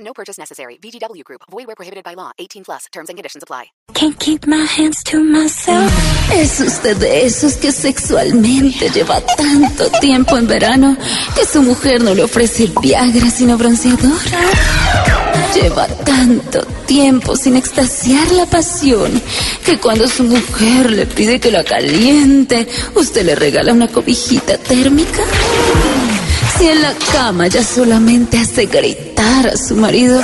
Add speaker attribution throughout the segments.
Speaker 1: No purchase necessary. VGW Group. Void where prohibited by law. 18 plus. Terms and conditions apply.
Speaker 2: Can't keep my hands to myself.
Speaker 3: Es usted de esos que sexualmente lleva tanto tiempo en verano que su mujer no le ofrece Viagra sino bronceador. Lleva tanto tiempo sin extasiar la pasión que cuando su mujer le pide que la caliente, usted le regala una cobijita térmica. Si en la cama ya solamente hace gritar a su marido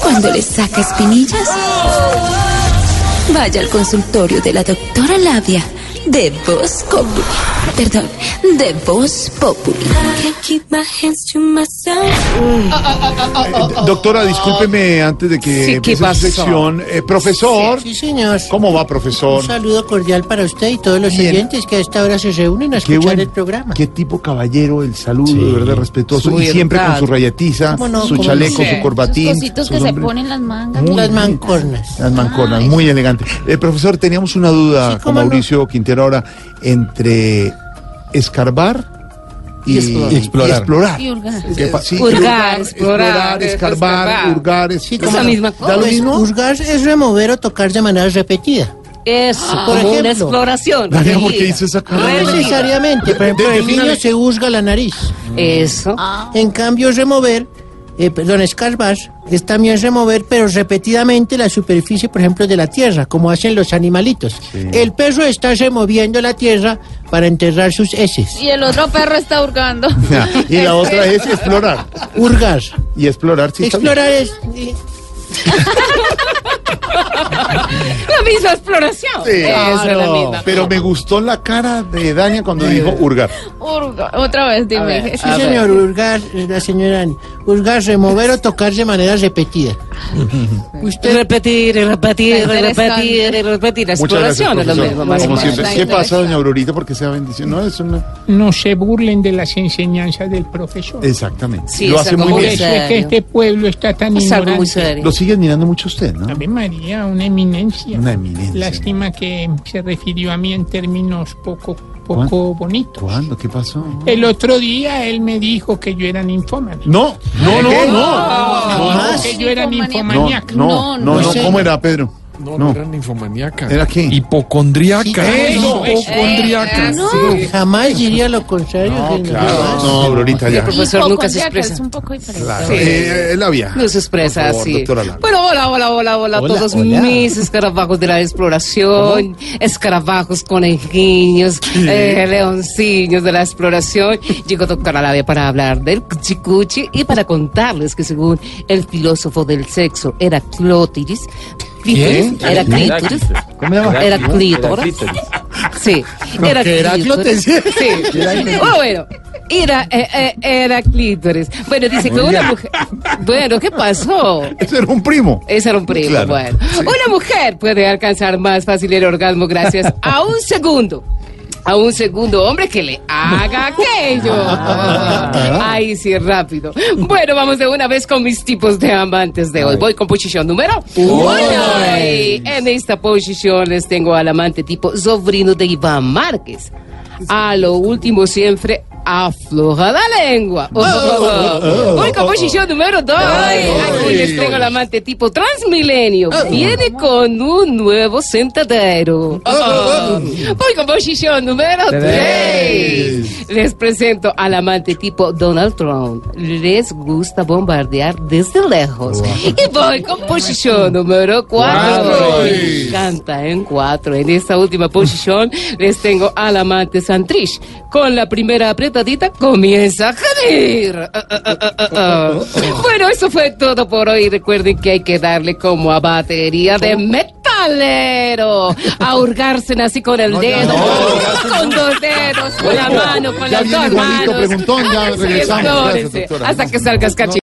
Speaker 3: cuando le saca espinillas, vaya al consultorio de la doctora Labia de Voz Populi. Perdón, de Voz Populi.
Speaker 2: Can't keep my hands to myself.
Speaker 4: Oh.
Speaker 5: Doctora, discúlpeme antes de que
Speaker 6: Sí, ¿qué
Speaker 5: empiece su
Speaker 6: pasó?
Speaker 5: sección. Eh, profesor,
Speaker 4: Sí, señor.
Speaker 5: ¿cómo va, profesor?
Speaker 4: Un saludo cordial para usted y todos los
Speaker 5: Bien.
Speaker 4: oyentes que a esta hora se reúnen a
Speaker 5: Qué
Speaker 4: escuchar
Speaker 5: buen
Speaker 4: el programa.
Speaker 5: Qué tipo caballero, el saludo de verdad respetuoso
Speaker 6: muy
Speaker 5: y siempre con
Speaker 6: educado.
Speaker 5: su rayatiza,
Speaker 4: ¿Cómo no?
Speaker 5: su
Speaker 4: ¿Cómo
Speaker 5: chaleco,
Speaker 4: no?
Speaker 5: su corbatín. sus hombres-
Speaker 3: las mangas.
Speaker 5: Muy,
Speaker 4: Las
Speaker 5: muy-
Speaker 4: mancornas.
Speaker 5: Las mancornas, muy elegante. Eh, profesor, teníamos una duda
Speaker 4: Sí,
Speaker 5: con
Speaker 4: ¿cómo no?
Speaker 5: Mauricio Quintero ahora entre escarbar y,
Speaker 6: Y explorar.
Speaker 5: y
Speaker 7: Explorar.
Speaker 5: explorar.
Speaker 3: Y hurgar.
Speaker 5: Eh, pa- sí,
Speaker 6: Hurgar,
Speaker 5: hurgar, explorar,
Speaker 6: explorar,
Speaker 5: escarbar,
Speaker 6: escarbar.
Speaker 5: hurgar,
Speaker 4: Sí,
Speaker 5: es-
Speaker 4: ¿cómo
Speaker 6: la
Speaker 4: no?
Speaker 6: misma
Speaker 5: ¿Da lo
Speaker 4: Pues,
Speaker 5: mismo?
Speaker 4: Hurgar es remover o tocar de manera repetida.
Speaker 6: Eso,
Speaker 4: Ah. por
Speaker 6: como
Speaker 4: ejemplo.
Speaker 6: una exploración.
Speaker 5: Daniel, ¿por qué
Speaker 6: Repetida.
Speaker 5: hizo esa cara?
Speaker 4: No
Speaker 6: Repetida.
Speaker 4: necesariamente. Por ejemplo, el
Speaker 5: defínale.
Speaker 4: niño se husga la nariz. Ah.
Speaker 6: Eso.
Speaker 4: En cambio, remover, eh, perdón, escarbar, es también remover, pero repetidamente la superficie, por ejemplo, de la tierra, como hacen los animalitos. El perro está removiendo la tierra para enterrar sus heces.
Speaker 3: Y el otro perro está hurgando.
Speaker 5: Y la otra es explorar.
Speaker 4: Hurgar.
Speaker 5: Y explorar, sí. está bien.
Speaker 4: Explorar es... eh,
Speaker 3: La misma exploración.
Speaker 5: Sí.
Speaker 6: Eso es la misma.
Speaker 5: Pero me gustó la cara de Dania cuando dijo hurgar.
Speaker 3: Hurga. Otra vez,
Speaker 6: A
Speaker 3: dime.
Speaker 6: ver,
Speaker 4: Sí,
Speaker 6: a ver.
Speaker 4: señor, hurgar, la señora Ani. Hurgar, remover o tocar de manera repetida. Usted,
Speaker 6: Repetir, y repetir, y
Speaker 3: Está
Speaker 6: repetir, y
Speaker 3: interesante.
Speaker 6: repetir. La
Speaker 5: Muchas gracias,
Speaker 6: exploración es lo
Speaker 5: profesor.
Speaker 6: mismo, más o
Speaker 5: Como
Speaker 6: menos.
Speaker 5: siempre.
Speaker 3: Está
Speaker 5: ¿Qué pasa,
Speaker 3: interesante.
Speaker 5: doña Aurorita? Porque sea bendición. No, es una...
Speaker 8: No se burlen de las enseñanzas del profesor.
Speaker 5: Exactamente.
Speaker 6: Sí,
Speaker 5: Lo
Speaker 6: es
Speaker 5: hace
Speaker 6: algo
Speaker 5: muy
Speaker 6: muy
Speaker 5: bien.
Speaker 8: Eso es que
Speaker 6: serio.
Speaker 8: este pueblo está tan
Speaker 6: Es algo muy
Speaker 8: ignorante.
Speaker 6: serio.
Speaker 5: Lo sigue admirando mucho usted, ¿no?
Speaker 8: Ave María, una eminencia.
Speaker 5: Una eminencia.
Speaker 8: Lástima que se refirió a mí en términos poco,
Speaker 5: ¿Cuán-
Speaker 8: poco bonitos.
Speaker 5: ¿Cuándo? ¿Qué pasó?
Speaker 8: El otro día él me dijo que yo era ninfómano.
Speaker 5: No, no, no, no. No, no.
Speaker 8: Que yo era
Speaker 5: No,
Speaker 8: ninfomaniaco.
Speaker 5: no, no, no. ¿Cómo era, Pedro?
Speaker 7: No,
Speaker 5: No.
Speaker 7: no, era ninfomaníaca.
Speaker 5: ¿Era qué?
Speaker 7: Hipocondriaca.
Speaker 5: Sí, eso, eso.
Speaker 7: Hipocondriaca.
Speaker 4: jamás diría lo contrario. señor.
Speaker 5: Claro. No, Aurorita, ya.
Speaker 6: El profesor nunca se expresa.
Speaker 3: un poco diferente.
Speaker 5: Claro. Eh, eh, la vía.
Speaker 6: No se expresa
Speaker 5: Por favor,
Speaker 6: así.
Speaker 5: doctora Lara.
Speaker 6: Bueno, hola, hola, hola, hola a
Speaker 5: Hola,
Speaker 6: todos
Speaker 5: hola.
Speaker 6: mis escarabajos de la exploración, escarabajos, conejiños, eh, leoncillos de la exploración. Llegó doctora Alavia para hablar del cuchicuchi y para contarles que según el filósofo del sexo Heraclótiris,
Speaker 7: ¿Quién?
Speaker 6: era clítoris,
Speaker 5: ¿Cómo se llama?
Speaker 6: era clítoris, sí, era clítoris, sí, Oh, bueno, era, eh, eh, era clítoris, bueno, dice que una mujer, bueno, ¿qué pasó?
Speaker 5: Ese era un primo.
Speaker 6: Ese era un primo,
Speaker 5: Claro,
Speaker 6: bueno. Una mujer puede alcanzar más fácil el orgasmo gracias a un segundo. A un segundo hombre que le haga aquello. Ay, sí, rápido. Bueno, vamos de una vez con mis tipos de amantes de hoy. Voy con posición número uno. Y En esta posición les tengo al amante tipo sobrino de Iván Márquez. A lo último siempre afloja la lengua. Oh, oh, oh. Voy con posición número dos. Aquí les tengo al amante tipo Transmilenio. Viene con un nuevo sentadero. ah, Voy con posición número tres. Les presento al amante tipo Donald Trump. Les gusta bombardear desde lejos. Y voy con posición número cuatro. Me encanta ¿eh? en cuatro. En esta última posición les tengo al amante Santrich. Con la primera apretadita comienza a jadir. Ah, ah, ah, ah, ah. Bueno, eso fue todo por hoy. Recuerden que hay que darle como a batería de metalero. A hurgarse así con el dedo. Con dos dedos, con la mano, con
Speaker 5: Ya
Speaker 6: las
Speaker 5: viene
Speaker 6: dos
Speaker 5: Juanito
Speaker 6: manos.
Speaker 5: Preguntón, ya
Speaker 6: Háganse y
Speaker 5: regresamos. Gracias,
Speaker 6: explórense
Speaker 5: doctora.
Speaker 6: Hasta que salgas cachito.